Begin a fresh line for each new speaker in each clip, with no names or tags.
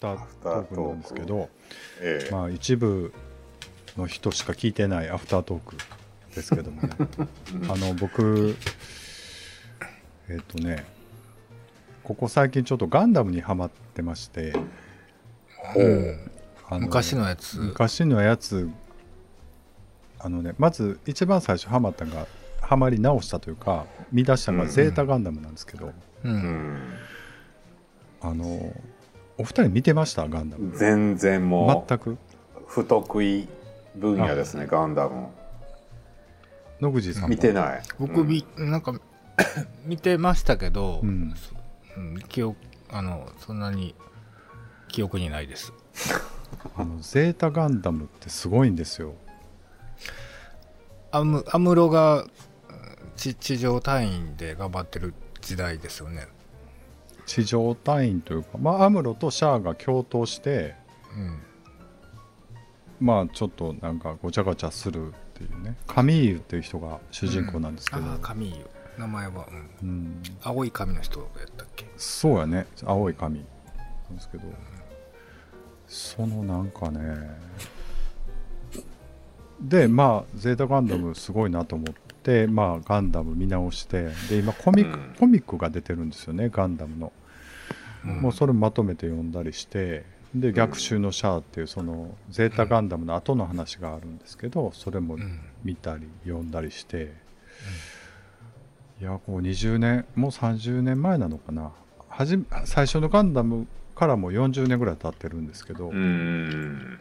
タートークなんですけど、
ええ
まあ、一部の人しか聞いてないアフタートークですけど もねあの僕えっ、とねここ最近ちょっとガンダムにはまってまして
ほう
あの
昔のやつ
昔のやつあのねまず一番最初ハマったのがハマり直したというか見出したのがゼータガンダムなんですけど、
う
うんん
あのお二人見てましたガンダム
全然もう
全く
不得意分野ですねガンダム
野口さんも
見てない
僕び、な んか見てましたけど、
うん
そうん記憶あのそんなに記憶にないです
あのゼータガンダムってすごいんですよ
アムアムロがうん地地上隊員で頑張ってる時代ですよね
地上隊員というか、まあ、アムロとシャアが共闘して
うん
まあちょっとなんかごちゃごちゃするっていうねカミーユっていう人が主人公なんですけど、
ああ髪よ名前は、うん、
うん
青い髪の人やったっけ
そうやね青い髪なんですけどそのなんかねでまあ「ゼータガンダム」すごいなと思って、まあ、ガンダム見直してで今コミック、
うん
コミックが出てるんですよねガンダムの、
うん
もうそれまとめて読んだりしてで「逆襲のシャア」っていうその「ゼータガンダム」の後の話があるんですけどそれも
うん
見たり読んだりして、いやこう20年もう30年前なのかなはじめ最初のガンダムからもう40年ぐらい経ってるんですけど、
う
い
ん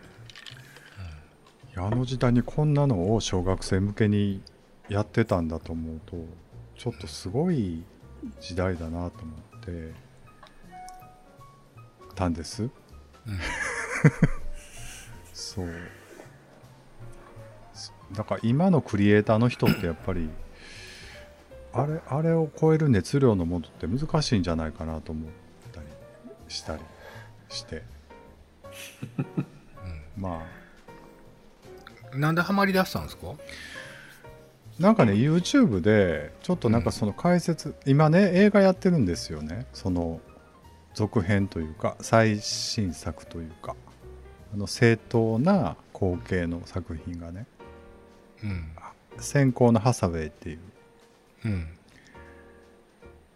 やあの時代にこんなのを小学生向けにやってたんだと思うとちょっとすごい時代だなと思ってたんです、そうそだから今のクリエイターの人ってやっぱりあれあれを超える熱量のものって難しいんじゃないかなと思ったりしたりして、まあ
なんでハマりだしたんですか
なんかね YouTube でちょっとなんかその解説、今ね映画やってるんですよねその続編というか最新作というかあの正当な光景の作品がね
うん
先行のハサウェイっていう
うん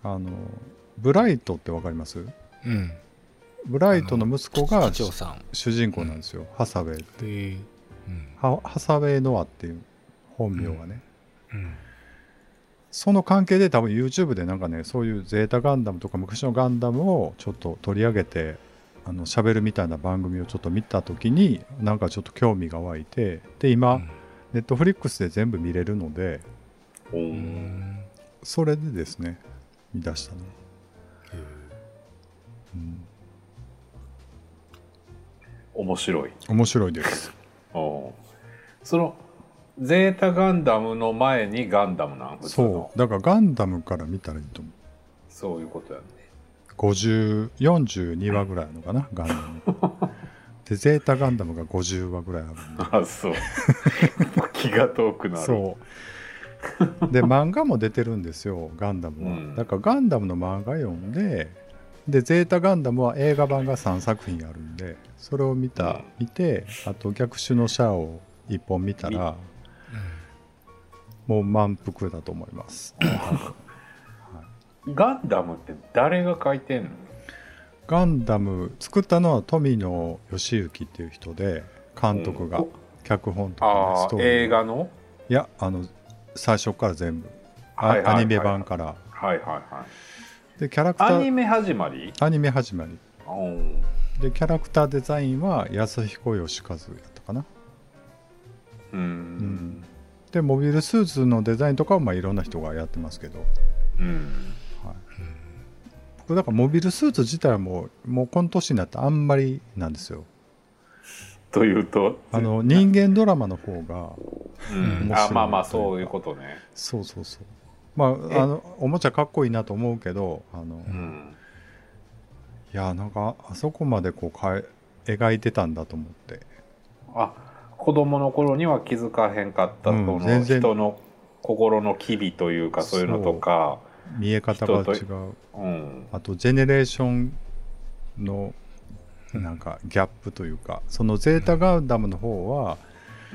あのブライトってわかります
うん
ブライトの息子が
市長さん
主人公なんですよ、ハサウェイ
でうん
ハハサウェイ・ノアっていう本名がね、
うん
その関係で多分 YouTube でなんかねそういうゼータ・ガンダムとか昔のガンダムをちょっと取り上げてあの喋るみたいな番組をちょっと見た時になんかちょっと興味が湧いてで今、
うん
ネットフリックスで全部見れるので
お
う
ー
ん
それでですね見出したの、
へえ
うん、
面白い
面白いです
おーそのゼータガンダムの前にガンダムなん普通
そ
の
うだからガンダムから見たらいいと思う
そういうことやね
5042話ぐらいあるのかなガンダムでゼータガンダムが50話ぐらいあるんで
あそう 気が遠くなる
そう で漫画も出てるんですよガンダムは、
うん
だからガンダムの漫画読んででゼータガンダムは映画版が3作品あるんでそれを見た、
うん
見てあと逆襲のシャアを1本見たらもう満腹だと思います
ガンダムって誰が書いてんの
ガンダム作ったのは富野義行っていう人で監督が、
うん
脚本とか
あ
スト
あ
ーリー
映画の
いやあの最初から全部、あ
はいはいはい
アニメ版から
はいはいはい
でキャラクタ
アニ
ー
メ始まり
アニメ始まり
おー
でキャラクターデザインは安彦義和やったかな
うーん
でモビルスーツのデザインとかはまあいろんな人がやってますけど
うん
僕だからモビルスーツ自体はもうもうこの年になってあんまりなんですよ
というと
あの人間ドラマの方が
うん
面白い
あまあまあそういうことね
そうそうそうまああ
え
のおもちゃかっこいいなと思うけどあの、
う
い
ん
やなんかあそこまでこうかえ描いてたんだと思って
あ子供の頃には気づかへんかった、
うん
その
全然
人の心の機微というかそういうのとか
見え方が違
人
う
うん
あとジェネレーションのなんかギャップというかそのゼータ・ガンダムの方は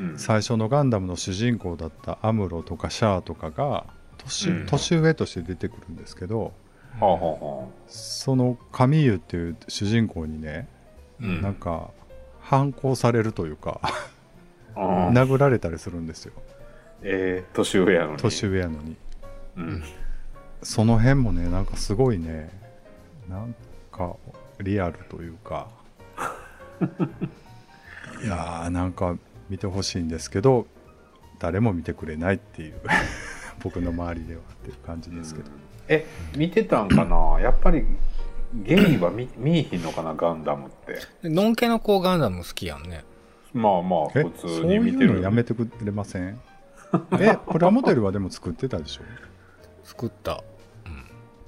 うん
最初のガンダムの主人公だったアムロとかシャアとかが年,、
うん
年上として出てくるんですけど
はあは
そのカミーユっていう主人公にね
う
うん
ん
なんか反抗されるというか
あはあ、うん、
殴られたりするんですよ
えー、年上やのに
年上やのに
うん、
その辺もねなんかすごいねなんかリアルという かいやーなんか見てほしいんですけど誰も見てくれないっていう 僕の周りではっていう感じですけど、
え見てたんかなやっぱりゲイは見見えひんのかなガンダムって
ノンケの子ガンダム好きやんね。
まあまあ
え
普通
そう
に
い
見て
う
る
のやめてくれませ んえプラモデルはでも作ってたでしょ
作った。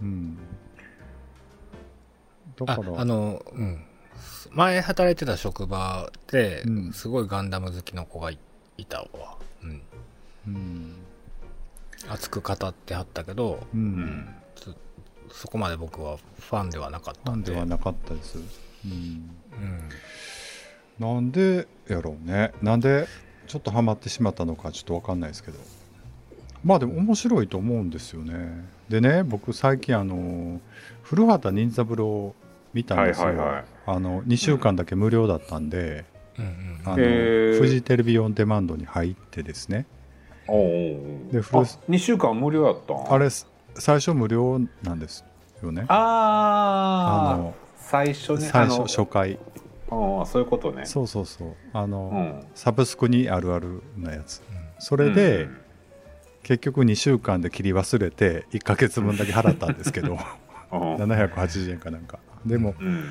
うんだか
あ
ら
あの、うん。前働いてた職場で
うん、
すごいガンダム好きの子がいいたわ。うん。
うん
熱く語ってはったけど、
う
うんん
そこまで僕はファンではなかっ
な
た
ん
ん
で
で。
はなかったです、うん
うん。
なんでやろうねなんでちょっとハマってしまったのかちょっと分かんないですけどまあでも面白いと思うんですよねでね僕最近あの古畑任三郎を見たんですよ、
はいはいはい
あの2週間だけ無料だったんで、
うんうん。
あの
へー
フジテレビオンデマンドに入ってですね
おうおうおう
で古
あ2週間無料やったん
あれ最初無料なんですよね
あー
あの
最初ね
最
あ
初
の
初回
うんうんそういうことね
そうそうそうあの、
うん
サブスクにあるあるなやつそれで、
うん
結局2週間で切り忘れて1ヶ月分だけ払ったんですけ ど
うん
780円かなんかでも
うん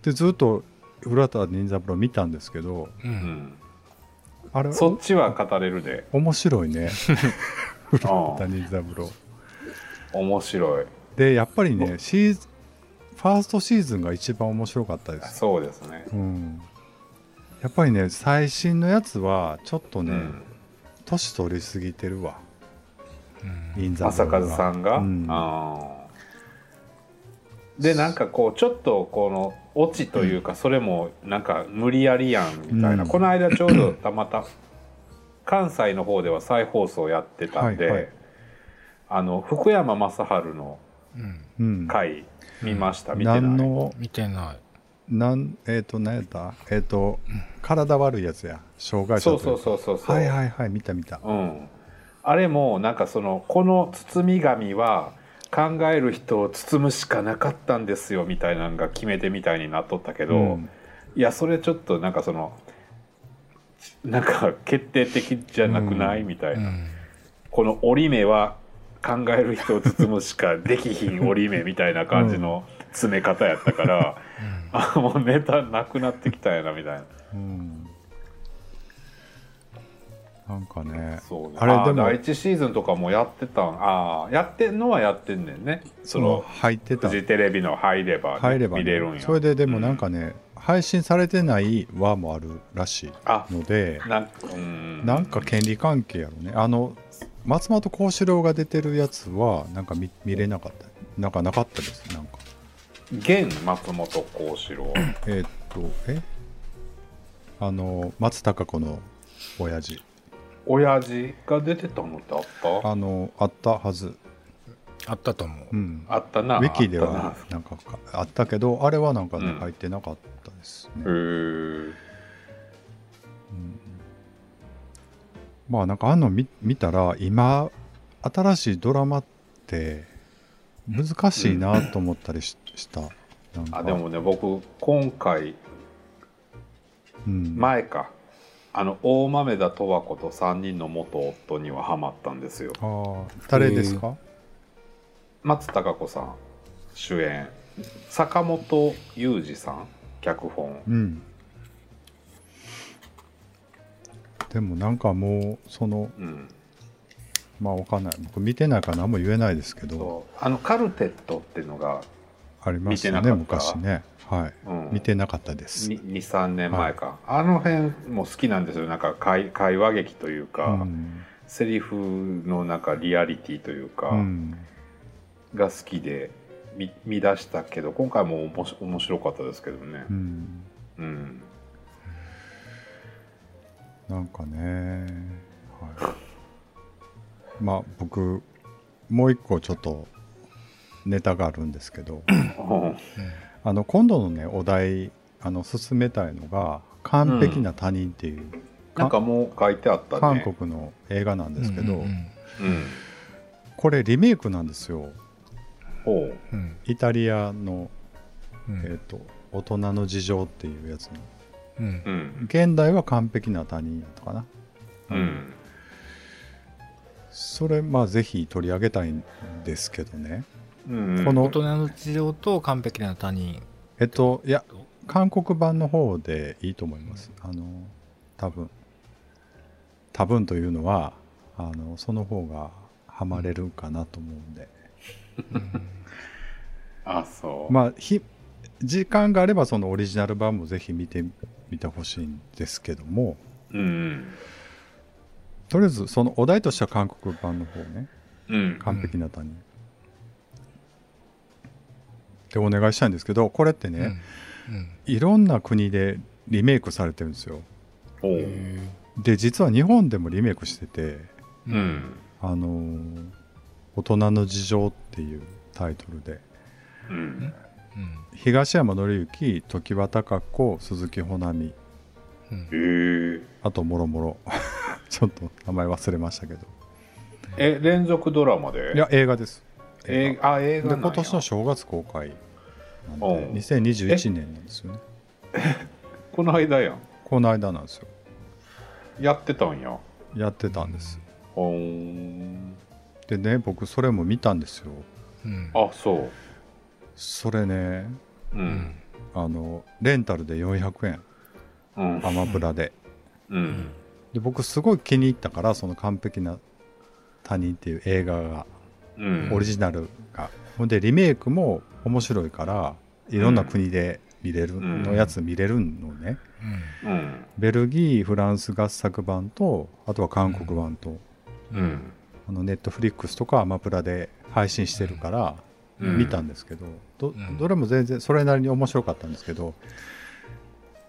でずっと古畑任三郎見たんですけど
う。
うんん
あれ
そっちは語れるで
面白い ね古
う
畑
ん
任三郎
面白い
でやっぱりねシーズンファーストシーズンが一番面白かったです、
そうですね
うん、やっぱりね最新のやつはちょっと
う
ね、
ん
年取りすぎてるわ
うん
任三
正
郎が
和さんが、
うん
あーでなんかこうちょっとこのオチというか、それもなんか無理やりやんみたいな、
うん
この間ちょうどたまた関西の方では再放送やってたんで、
はいはい
あの福山雅治の
うん。
うん、
回見ました、見てない
何の
見てない。
なんえっ、と何やったえっ、と体悪いやつや障害者
そ
というか
そうそうそうそう、
はいはいはい見た見た
うん、あれもなんかそのこの包み紙は考える人を包むしかなかったんですよみたいなのが決め手みたいになっとったけど、
うん
いやそれちょっとなんかそのなんか決定的じゃなくない、
うん
みたいうな、
ん。
この折り目は考える人を包むしかできひん折り目みたいな感じの詰め方やったから、あ もうネタなくなってきたんやなみたいな。
うんなんかね
そうね、
あれでも
第1シーズンとかもやってたんああやってんのはやってんねんねそ
その
の
入って
フ
た
ジテレビの入れば、
入れば、
見れるん
ね、
や
それででもなんかね、配信されてない輪もあるらし
あ
いので
なんうん
なんか権利関係やろねあの松本幸四郎が出てるやつはなんか見見れなかったなんかなかったですなんか
現松本幸四郎
えーっとえあの松たか子の親父
親父が出てたのってあった
あのあったはず、
あったと思
う。
う
ん、
あったな
ウィキで
あ
は
っ
なんかかあったけどあれはなんかね、
うん
入ってなかったです
たな
ね、
へー
まあなんかあんの見見たら今新しいドラマって難しいなと思ったりし,、したなんか
あでもね僕今回
うん、
前かあの大豆田十和子と3人の元夫にはハマったんですよ
あー誰ですか
松たか子さん主演坂本雄二さん脚本
うんでもなんかもうその
うん
まあわかんない僕見てないから何も言えないですけど
そうあのカルテットっていうのが、
ありまし
見
た
て
ね
なかっ
昔
た
ねはい、
うん、
見てなかったです
23年前か、あの辺も好きなんですよなんか会会話劇というか、
うん
セリフのなんかリアリティというか、
うん
が好きで見見出したけど今回もおもし面白かったですけどね
う、ん
うん
なんかね、はい、まあ僕もう一個ちょっとネタがあるんですけど
うん
あの今度のねお題あの進めたいのが「完璧な他人」っていう、
なんかもう書いてあった
韓
ね
国の映画なんですけど、
うんうん
うん
これリメイクなんですよ
ほう
うん
イタリアの、え
う
ー
ん
と「大人の事情」っていうやつの
うん
うん
現代は「完璧な他人」やったかな
うん
それまあぜひ取り上げたいんですけどね、
うん
こ
大
の
人の事情と完璧な他人
えっといや韓国版の方でいいと思いますあの多分多分というのはあのその方がハマれるかなと思うんで、
あそう、
まあひ時間があればそのオリジナル版もぜひ見てみてほしいんですけども
うん
とりあえずそのお題としては韓国版の方ね
うん
完璧な他人、でお願いしたいんですけどこれってね、
うんうん
いろんな国でリメイクされてるんですよ
ほう
へ
で実は日本でもリメイクしてて
ー
う、ん
あのー大人の事情」っていうタイトルで
うん
うん
東山紀之常盤貴子鈴木保奈美
うん
へー
あともろもろ ちょっと名前忘れましたけど
え連続ドラマで
いや映画です
映画あ
で
映画なんや
今年の正月公開なんで
おう
2021年なんですよね
この間やん
この間なんですよ
やってたんや
やってたんです
ほん
でね僕それも見たんですよ
うん
あそう
それね
う
うんん
あのレンタルで400円
うん
アマプラで
うん
で僕すごい気に入ったからその「完璧な他人」っていう映画が
うん
オリジナルが、ほんでリメイクも面白いからいろんな国で見れる、
うん
のやつ見れるのね
うん
うん
ベルギーフランス合作版とあとは韓国版と、
うん
あのネットフリックスとかアマプラで配信してるから
うん
見たんですけど、ど
ん
どれも全然それなりに面白かったんですけど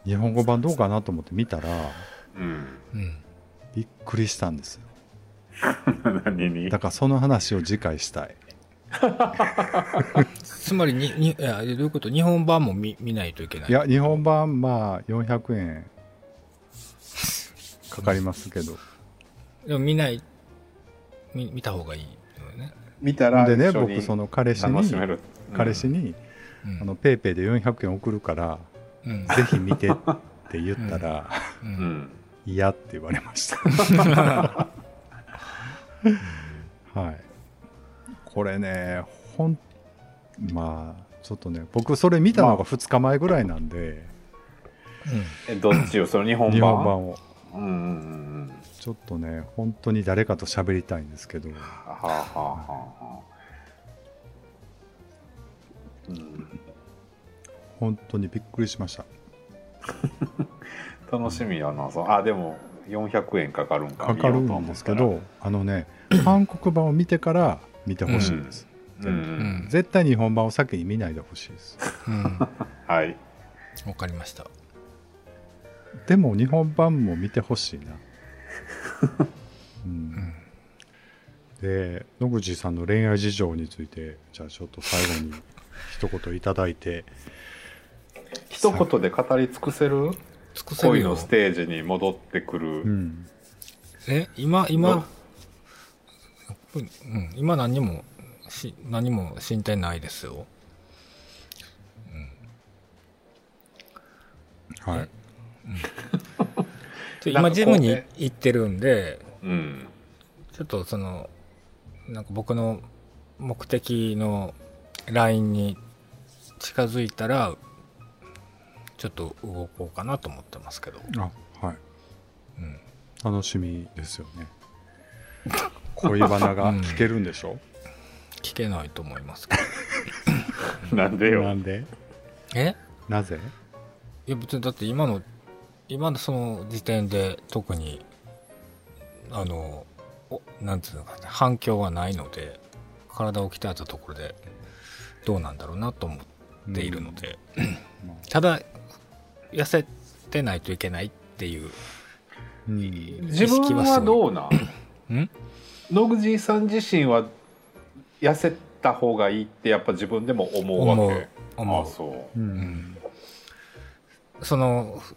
日本語版どうかなと思って見たら
うん
うん
びっくりしたんですよ
何に
だからその話を次回したい
つまりににいやどういうこと日本版も見見ないといけない
いや日本版まあ400円かかりますけど
でも見ない見見た方がいいのよね、
見たら
でね
一緒に
僕その彼氏
楽
に
しめる
彼氏に
うん、
あのペイペイで400円送るから
うん
ぜひ見てって言ったら
う
うんん
嫌って言われました はいこれねほんまあちょっとね僕それ見たのが2日前ぐらいなんで
えどっちよその日本版
日本版を
うんうんうんうん
ちょっとね本当に誰かと喋りたいんですけど
はあはあはあはあうん
本当にびっくりしました
楽しみやなそうあでも400円かかるんか
かかる
見ようと思っ
ん
たら
ですけどあのね韓国版を見てから見てほしいんです、
うんうん
絶対日本版を先に見ないでほしいです
うんうん
はい
わかりました
でも日本版も見てほしいな、 うん、で野口さんの恋愛事情についてじゃあちょっと最後に一言いただいて
一言で語り尽くせる
尽くせる
恋
よ
のステージに戻ってく
う
る
ん
え今今
の、
うん、今何もし何も進展ないですよ
はい
ちょ
なんか
今
こう
ジムに
ね
行ってるんで
うん
ちょっとそのなんか僕の目的のラインに近づいたらちょっと動こうかなと思ってますけど
あはい
うん
楽しみですよ ね恋バナが聞けるんでしょ、
聞けないと思いますけど
なんで
な
よ
んで
え
なぜ
いや別にだって今の今のその時点で特にあのおなんていうのかな反響はないので体を鍛えたところでどうなんだろうなと思っているので、
うんまあ
ただ痩せてないといけないっていう
うん
自分はどうなんん野口さん自身は痩せた方がいいってやっぱ自分でも思う
思
わ
う
けあ
思
あそううん
うんん、そのふ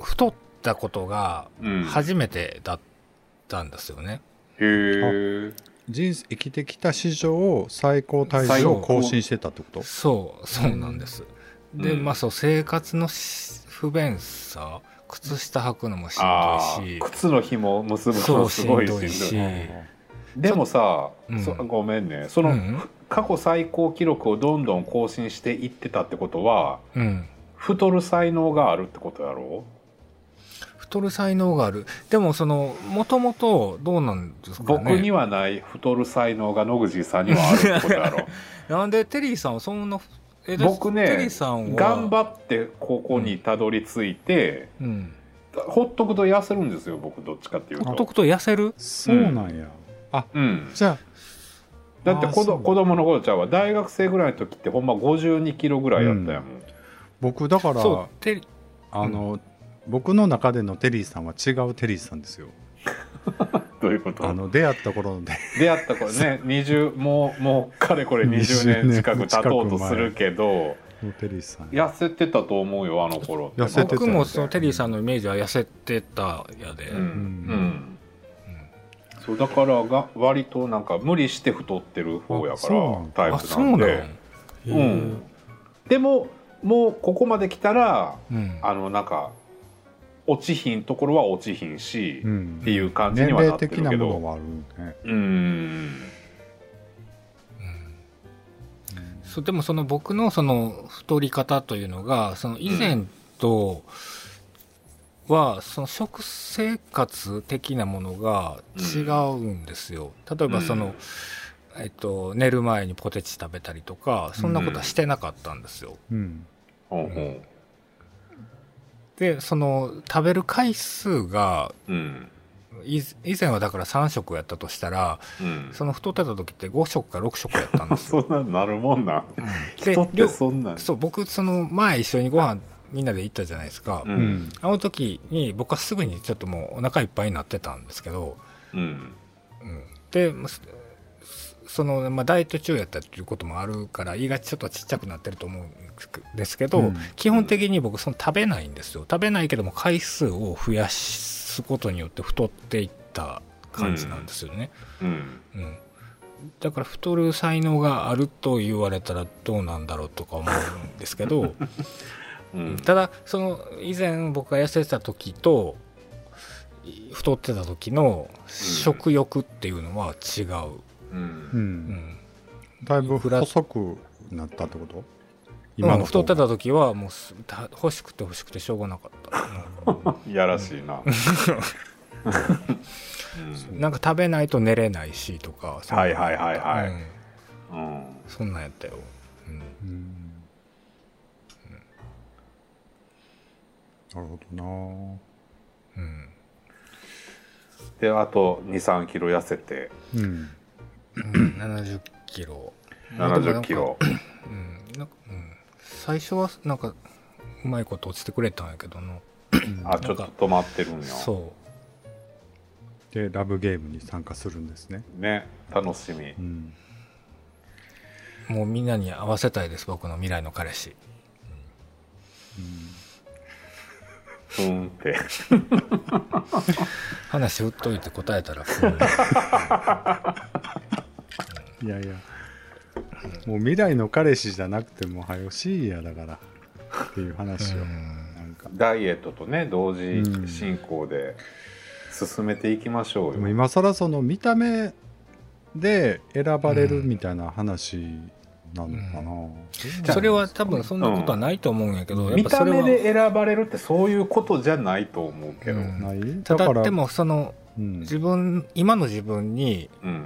太ったことが
うん
初めてだったんですよね、
へえ
人生生きてきた史上最高体重を更新してたってこと
そうそうなんです、
うん
で
うん
まあそう生活のし不便さ靴下履くのもしん
ああ
どいし
靴の紐結ぶ
そ
の
う
す
し
ご
ん
いし
ど
んど
い
い
し、
でもさ、
うん
そごめんねその、
うん
過去最高記録をどんどん更新していってたってことは
うん、
太る才能があるってことやろ
太る才能があるでもそのもともとどうなんですかね
僕にはない太る才能が野口さんにはあるってことやろ
なんでテリーさんはそんなえ
僕ね
テリーさんは
頑張ってここにたどり着いて、
うん
ほっとくと痩せるんですよ僕どっちかっていう
ほっ
と
とくと痩せる
そうなんや、あ
うん、
じゃあ
だって子
あーそう
ど子供の頃ちゃうわ大学生ぐらいの時ってほんま5 2キロぐらいやったやもん、
僕だから
そうテリ
あの、僕の中でのテリーさんは違うテリーさんですよ
どういうこと
あの出会った頃ので
出会った頃ね20もうもうかれこれ20
20
年
年
近く経とうとするけど
のテリーさん
痩せてたと思うよあの頃
痩せてた
僕もそのテリーさんのイメージは痩せてたやで、
うんうん
うん
そうだからが割となんか無理して太ってる方や
あ
か
そうな
ら
んだ
タイ
あ
プ
そ
な
うんなん
でうんでももうここまで来たら
うん
あのなんか落ちひんところは落ちひんし、
う
っ
ん
ていう感じ
年
にはな
齢
ってる
的
けど
なものはあるね、
うん
そうでもその僕のその太り方というのがその以前とはその食生活的なものが違うんですよ、例えばその、えっと、寝る前にポテチ食べたりとかそんなことはしてなかったんですよ、
うん
うんうん
でその食べる回数が
うん
い以前はだから3食やったとしたら
うん
その太ってた時って5食か6食やったん です
そ
よ
んなんなるもんなん
うんで
人って
量
そんなん
そう僕その前一緒にご飯みんなで行ったじゃないですか、
う
うんん
あの時に僕はすぐにちょっともうお腹いっぱいになってたんですけど、
うん
うん、でまあすその、まあ、ダイエット中やったっていうこともあるから胃がちょっとちっちゃくなってると思うんですけど、
うん
基本的に僕その食べないんですよ食べないけども回数を増やすことによって太っていった感じなんですよね、
うん
うんだから太る才能があると言われたらどうなんだろうとか思うんですけど
うん
ただその以前僕が痩せてた時とい太ってた時の食欲っていうのは違う、
う
うん
うんん
だいぶ細くなったってこと
今
の
太って
方が
た時はもうすた欲しくて欲しくてしょうがなかったなんか
いやらしい な。うん
なんか食べないと寝れないしとかそんな
はいはいはいはい
うん
うん
そんなんやっ たよ、う
う
ん
んなるほどな
うん
であと23キロ痩せて
うん
うん、70キロ
70キロ
うんなんか、うん、最初はなんかうまいこと落ちてくれたんやけどな
あちょっと止まってるんよ
そ
でラブゲームに参加するんですね
ね楽しみ
うん
うもうみんなに合わせたいです僕の未来の彼氏
ふーんって
話振っといて答えたら
う
う
んいやいやもう未来の彼氏じゃなくてもはよしいやだからっていう話を
ん
なんか
ダイエットとね同時進行で進めていきましょ
で
う
も
よ
今更その見た目で選ばれるみたいな話なのかな、
じゃあ
それは多分そんなことはないと思うんやけど、
うん
や
見
っぱそ
た
れは
目で選ばれるってそういうことじゃないと思うけど
うん
ない
た
だか
だ
ら
でもその
うん
自分今の自分に
うん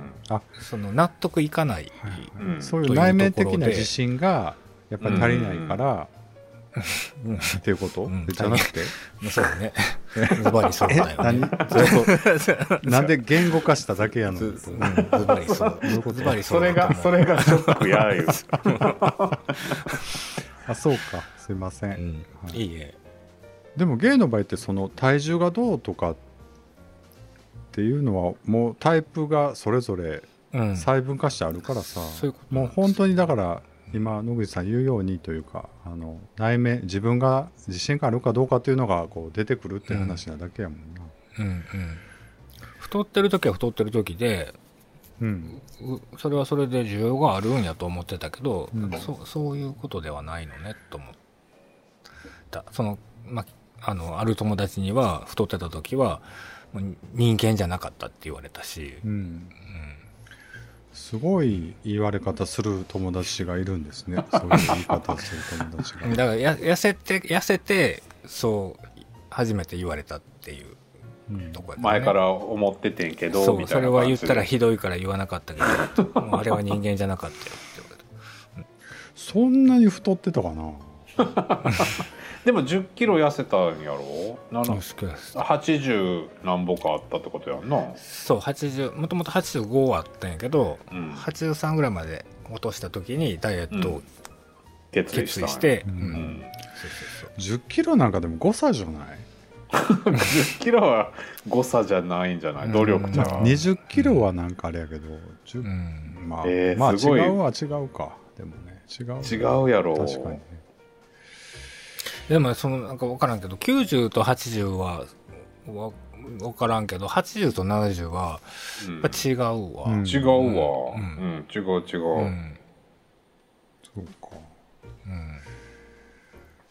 その納得いかない、
うん
そうい
といううところで
内面的な自信がやっぱり足りないから、
うん
っていうこと、
うん
じゃなくて
そうだねズバリそうだよね
なんで言語化しただけやの
ズうんズバリそうズバリそ
そう
だ
れ
と思
が
う
それがショックやいう
あそうかすいません、
うん
はい
いいえ
でもゲイの場合ってその体重がどうとかっていうのはもうタイプがそれぞれ
うん
細分化してあるからさ、
そういうこと
もう本当にだから今野口さん言うようにというかあの内面自分が自信があるかどうかというのがこう出てくるっていう話なだけやもんな。
うんうん太ってる時は太ってる時で
うん
うそれはそれで需要があるんやと思ってたけど、
うん
そそういうことではないのねと思ったその,、ま、あのある友達には太ってた時はもう人間じゃなかったって言われたし、
うんすごい言われ方する友達がいるんです ね。そういう言い方する友達
うん、だ
が。
からや痩せて痩せてそう初めて言われたっていう
うん
とこやったね
前から思っててんけど
そう
みた
そ
いな
れは
感
言っ
じで
たらひどいから言わなかったけどもうあれは人間じゃなかったよって言われた
そんなに太ってたかな。
でも1 0キロ痩せたんやろ
そう
7 80何歩かあったってことやんな
そう80もともと85あったんやけど、
うん
83ぐらいまで落とした時にダイエットを
決意し
決
たん
意
や
して、
う
うんん
う、
うん
そうそう
10キロなんかでも誤差じゃない。
1 0キロは誤差じゃないんじゃない努力じゃ
ま
ん
う
あ
ん
20キロはなんかあれやけど、
そう、う
10
ん、
まあ、
えー
まあ
すごい
違うは違うか。でもね、違う。
違うやろ
確かにね。
でもそのなんか分からんけど90と80はわ分からんけど80と70は
うん
やっぱ違うわ、
うん
違うわ、う
うんん
違う違う、
うん
そうか。
うん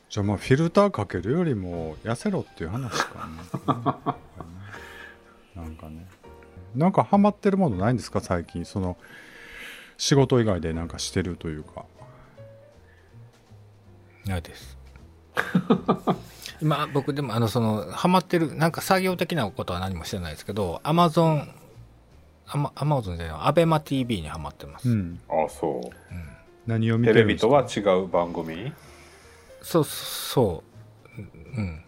じゃあまあフィルターかけるよりも痩せろっていう話か な。なんかね。なんかハマってるものないんですか最近。その仕事以外でなんかしてるというか。
ないです 今僕でもあのそのハマってるなんか作業的なことは何もしてないですけどアマゾンアマアマゾンじゃないアベマ t v にハマってます、
うん。
あそう
何を見て
テ
る
レ
んで
ビ
す
と
か
は違う番組
そうそううん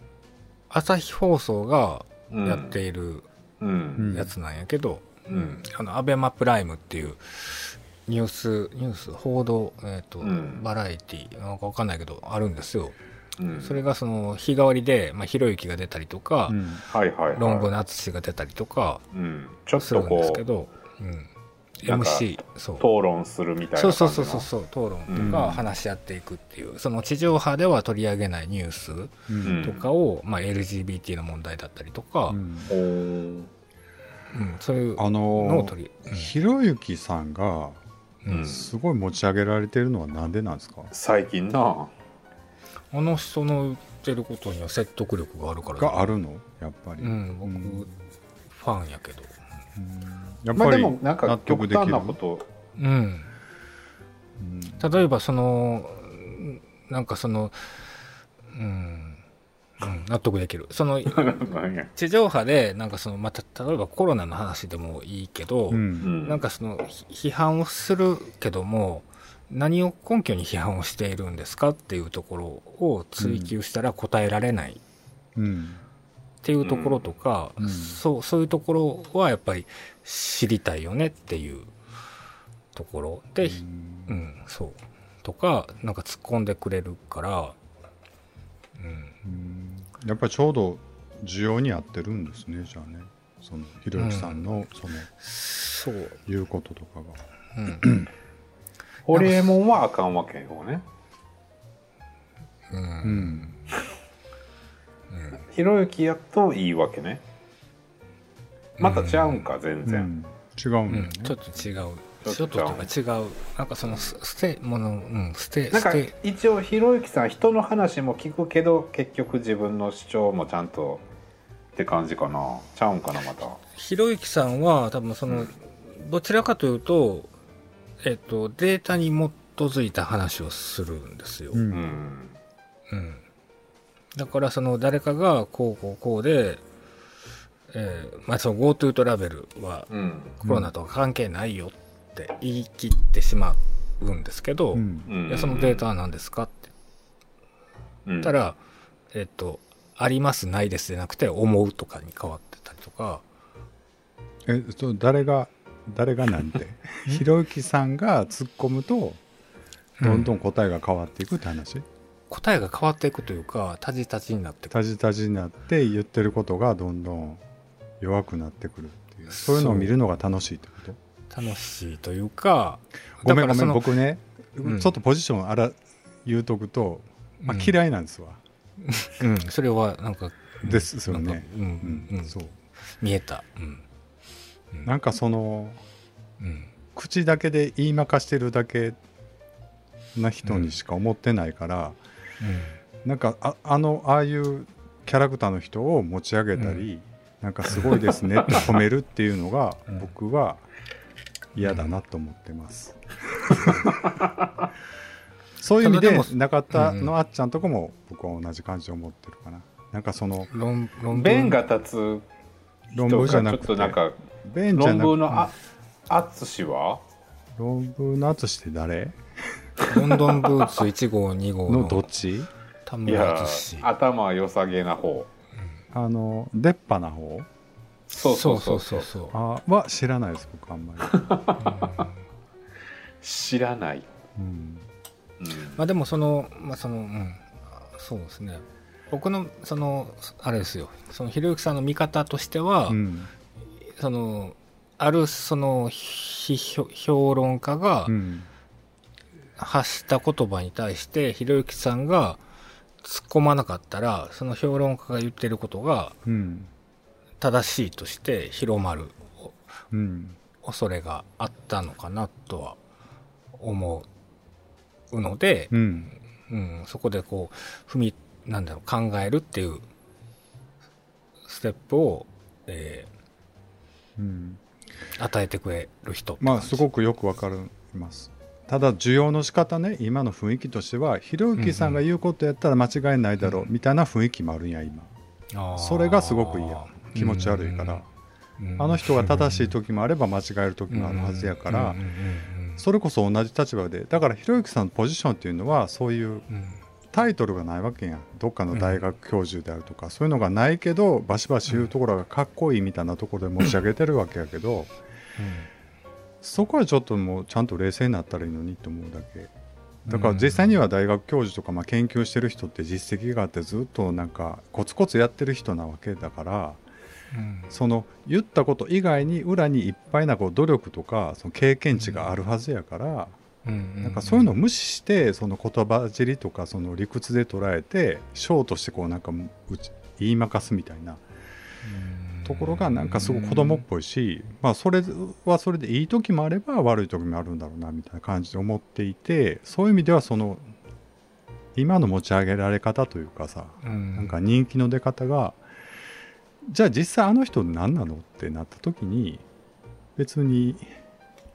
朝日放送がやっている
うん、
ん
やつなんやけど、
うん
あのアベマプライムっていうニュースニュース報道、えーと
うん
バラエティなんかわかんないけどあるんですよ、
うん
それがその日替わりで、まあ、ひろゆきが出たりとか、
うん。
はいはい、はい、
論文の淳が出たりとか
うん、ちょっ
する
と
んです
こ
け
う
ど、うん、
なんか
MC そう
討論するみたいな感
そう
じの
そうそうそうそう討論
うん
とか話し合っていくっていう、その地上波では取り上げないニュース
う
うん
ん。
とかを、まあ、LGBT の問題だったりとか、
う
うん
ん
おー
そういう
あ
のを
のー
取り、
ひろゆきさんが
うん
うん
すごい持ち上げられてるのはなんでなんですか
最近な
あの人の言ってることには説得力があるから
があるのやっぱり。
う
うん
ん僕、
うん
ファンやけど
やっ
まあ
ぱ
で
り
もなん
納
か
得
極
でき
端
る
なこと
うん
うん
例えばそのうんなんかそのうん、うん、納得できるその
なんや
地上波でなんかそのまた例えばコロナの話でもいいけど、
うん
なんかそのひ批判をするけども何を根拠に批判をしているんですかっていうところを追求したら答えられない
うん
っていうところとか、
うんうん
そうそういうところはやっぱり知りたいよねっていうところで、うんそうとかなんか突っ込んでくれるから、う
う
ん
んやっぱりちょうど需要に合ってるんですねじゃあねそのひろゆきさんのその
そう、
言うこととかが、
うん
ホリエモンはあかんわけよね
う
うんん、
ひろゆきやといいわけねまたちゃうんか全
う
然
ん違うん
う
だよ
ん
ね、
ちょっと違う
ち
ち
ょ
ょ
っ
っ
と違う
とというか違うなんかそのスステもの、うん、ステ
なん
ス
か
テ
一応ひろゆきさん人の話も聞くけど結局自分の主張もちゃんとって感じかなちゃうんかなまた
ひろゆきさんは多分その、どちらかというと,、えっとデータに基づいた話をするんですよ、
うん
うん
うん、だからその誰かがこうこうこうで、えーまあ、その GoTo トラベルは
うん
コロナとは関係ないよって言い切ってしまうんですけど、
うん
うん
いやそのデータは何ですかって
うん
言ったら、えっとありますないですじゃなくて思うとかに変わってたりとか
えそう誰が誰がなん てひろゆきさんが突っ込むとどんどん答えが変わっていくって話、
答えが変わっていくというかタジタジになってく
タ
る
ジタジになって言ってることがどんどん弱くなってくるっていうそういうのを見るのが楽しいってこと
楽しいというか
ごめんご
だから
め
そ
ん
の
僕ね、
うん
ちょっとポジションあら言うとくと、まあ、
うん
嫌いなんですわ、
うん、それはなんか
ですよ
なん
ね
か、うん
うん
うん
そう
見えたうんうん
なんかその
うん
口だけで言いまかしてるだけな人にしか思ってないから、なんかああのああいうキャラクターの人を持ち上げたり、なんかすごいですねって褒めるっていうのが
うん
僕は嫌だなと思ってます。そういう意味
た
で
だでも
中田
うんうん
のあっちゃんとこも僕は同じ感じを持ってるかな。なんかその
うん論論文
弁が立つ
論
人
文
か
じゃ
ちょ
な
っ
く
と
て
なんか
弁じゃ
論
な
文
く
のあ淳は
論文の淳って誰
ロンドンブーツ1号2号
のどっ
の
ち
田
い
村
や
淳
頭良さげな方
あの出っ歯な方
そうそうそう
そうそうそう
あは知らないです僕あんまり。
知らない、
うん
うん
まあでもそのまあそのうんそうですね僕のそのあれですよそのひろゆきさんの見方としては、
うん
そのあるその批評評論家が
うん
発した言葉に対して、ひろゆきさんが突っ込まなかったらその評論家が言ってることが
うん
正しいとして広まる
うん
恐れがあったのかなとは思うので、
うん
うん、そこでこう、踏み、なんだろう、考えるっていうステップを、え
うん
ー与えてくれる人
まあす
く、
ごくよくわかりますただ需要の仕方ね今の雰囲気としてはひろゆきさんが言うことやったら間違いないだろう
うん
みたいな雰囲気もあるんや今
あー
それがすごくいいや気持ち悪いから、
うん
あの人が正しい時もあれば間違える時もあるはずやから
うんうんうんうん
それこそ同じ立場でだからひろゆきさんのポジションっていうのはそういう
うん
タイトルがないわけやんどっかの大学教授であるとか、そういうのがないけどバシバシ言うところがかっこいいみたいなところで持ち上げてるわけやけど、そこはちょっともうちゃんと冷静になったらいいのにと思うだけだから実際には大学教授とか、まあ、研究してる人って実績があってずっとなんかコツコツやってる人なわけだから
うん
その言ったこと以外に裏にいっぱいなこう努力とかその経験値があるはずやから、
うん
なんかそういうのを無視してその言葉尻とかその理屈で捉えてショーとしてこうなんかうち言いまかすみたいなところがなんかすごい子供っぽいし、まあ、それはそれでいい時もあれば悪い時もあるんだろうなみたいな感じで思っていてそういう意味ではその今の持ち上げられ方というかさ
うん
なんか人気の出方がじゃあ実際あの人何なのってなった時に別に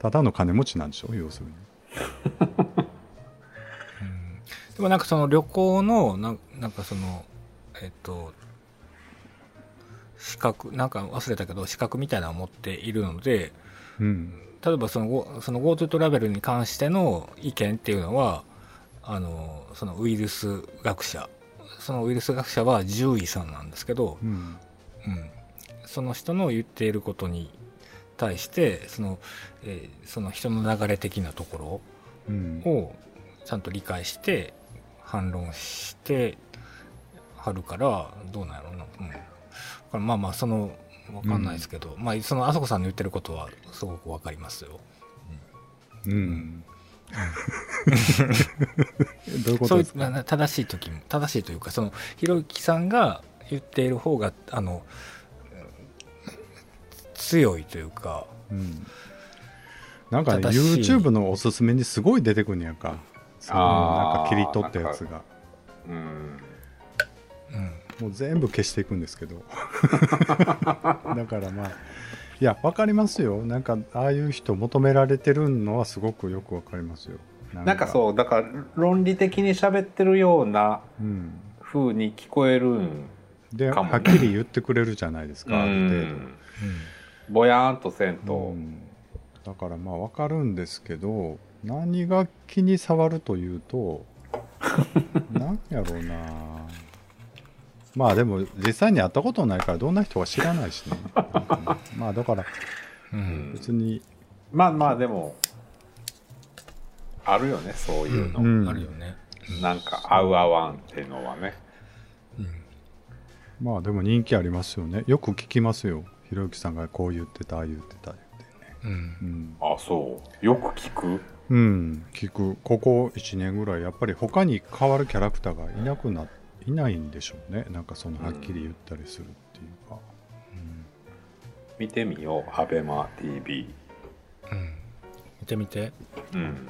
ただの金持ちなんでしょ要するに。
でもなんかその旅行のなんなんかそのえっと資格なんか忘れたけど資格みたいなのを持っているので
うん
例えばそのごその GoTo トラベルに関しての意見っていうのはあのそのウイルス学者そのウイルス学者は獣医さんなんですけど、
うん
うん、その人の言っていることに対してその,、えーその人の流れ的なところ
うん
をちゃんと理解して反論してはるからどうなんやろうな、うん、だからまあまあそのわかんないですけど、まあそのあそこさんの言ってることはすごくわかりますよ
うん、どういうこと
そうい
で
う
すか
な正しい時も正しいというかそのひろゆきさんが言っている方があのうん強いというか
うんなんかね
正しい
YouTube のおすすめにすごい出てくるんやんかその
あー
なんか切り取ったやつが
うん
うん
もう全部消していくんですけど だからまあいやわかりますよなんかああいう人求められてるのはすごくよくわかりますよな
なんかそうだから論理的に喋ってるような
う、うん、
風に聞こえるん
で
かも
はっきり言ってくれるじゃないです
う
かある程度
んぼやーんとせんと、
うんだからまあわかるんですけど何が気に触るというとなんやろうなまあでも実際に会ったことないからどんな人か知らないしねなんかねまあだから
うん
ん
別に、
まあまあでもあるよねそういうの、
うん
あるよね
なんか合う合わんっていうのはね
うん
まあでも人気ありますよねよく聞きますよひろゆきさんがこう言ってたああ言ってた言ってね
うん
うん、
あそうよく聞く
うん、聞くここ1年ぐらいやっぱり他に変わるキャラクターがいなくな、いないんでしょうねなんかそのはっきり言ったりするっていうか、
見てみようアベマ t v
うん見てみて
うん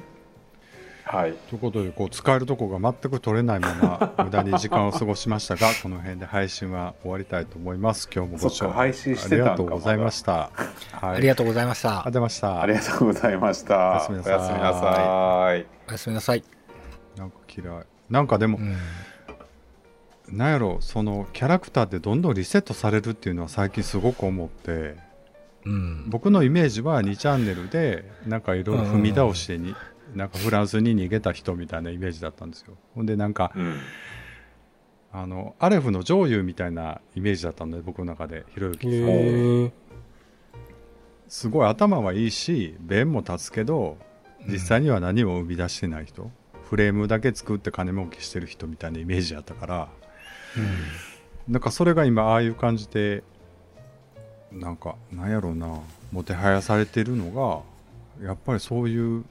はい
ということでこう使えるとこが全く取れないま ま無駄に時間を過ごしましたがこの辺で配信は終わりたいと思います今日もご視
そっ
聴
か
あ
配信して
り
たん
がと
か
うございました、はい、
ありがとうございました
ありがとうございました
ありがとうございました。
おやすみなさい
おやすみなさい。
おやすみなさい、
なんか嫌いなんかでも、
うん
なんやろそのキャラクターってどんどんリセットされるっていうのは最近すごく思って
うん、
僕のイメージは2チャンネルでなんかいろいろ踏み倒してに、なんかフランスに逃げた人みたいなイメージだったんですよほんでなんか
うん。
あのアレフの上優みたいなイメージだったので僕の中でひろゆきさん
へ
すごい頭はいいし弁も立つけど実際には何も生み出してない人、フレームだけ作って金儲けしてる人みたいなイメージやったから、なんかそれが今ああいう感じでなんかなんやろうなもてはやされてるのがやっぱりそういう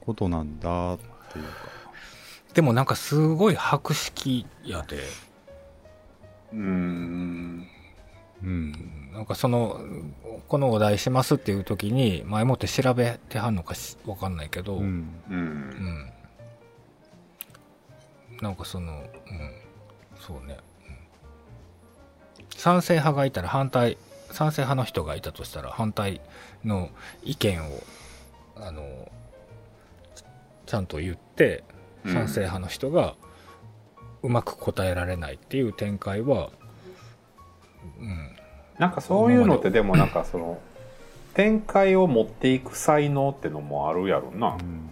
ことなんだっていうか
でもなんかすごい博識やで
うーん。
うん
なんかそのこのお題しますっていう時に前もって調べてはんのかしわかんないけど、
うん
う。
うんんなんかその、うん、そうね、うん賛成派がいたら反対賛成派の人がいたとしたら反対の意見をあのちちゃんと言って
うん
賛成派の人がうまく答えられないっていう展開は、うん、
なんかそういうのってでもなんかその展開を持っていく才能ってのもあるやろな
う。ん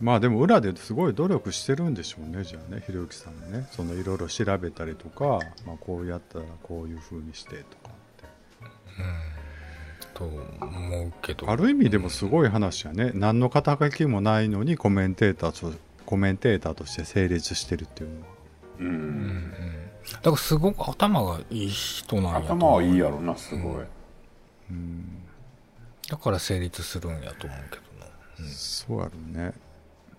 まあでも裏ですごい努力してるんでしょうねじゃあねひろゆきさんがねそのいろいろ調べたりとか、まあ、こうやったらこういうふうにしてとかって
と思うけど
ある意味でもすごい話やね、何の肩書きもないのにコメンテーターとコメンテーターとして成立してるっていうのは
う。
うんうんんだからすごく頭がいい人なんやと
頭
思う
はいいやろな、すごい。
うん、
だから成立するんやと思うけどな
そうやろね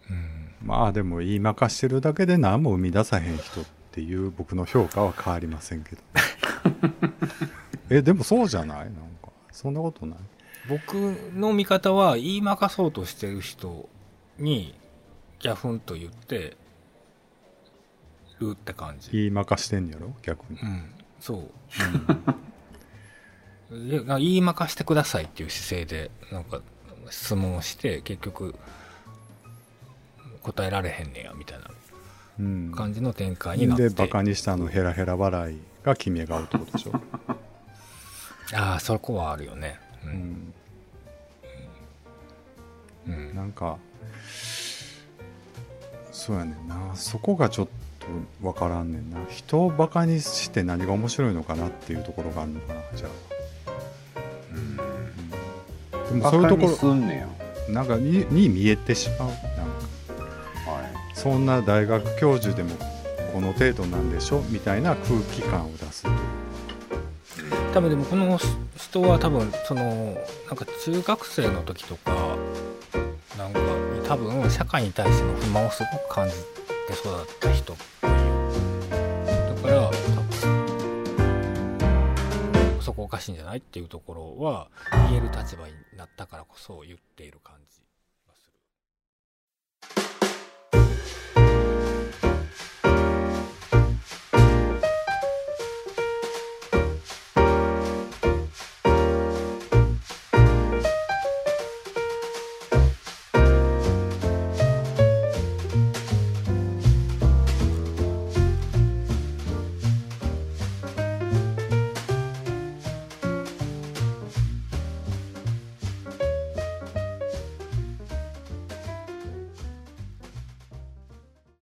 うん
まあでも言いまかしてるだけで何も生み出さへん人っていう僕の評価は変わりませんけどえでもそうじゃないなんかそんなことない
僕の見方は言いまかそうとしてる人にギャフンと言ってるって感じ、
言いまかしてんやろ逆に
うん、そう、でな言いまかしてくださいっていう姿勢でなんか質問をして結局答えられへんねやみたいな
うん
感じの展開になって
でバカにしたあのヘラヘラ笑いが決め顔ってことでしょ、
ああそこはあるよねう、
うんん
うん
なんかそうやねんなそこがちょっと分からんねんな人をバカにして何が面白いのかなっていうところがあるのかなじゃあ、うんでも
バ
そういう
カ
と
に
こ
すんねや。
ろなんかにに見えてしまうなんか
は
そんな大学教授でもこの程度なんでしょみたいな空気感を出すという
多分でもこの人は多分そのなんか中学生の時とかなんか多分社会に対しての不満をすごく感じて育った人っぽいよだから多分そこおかしいんじゃないっていうところは言える立場になったからこそ言っている感じ。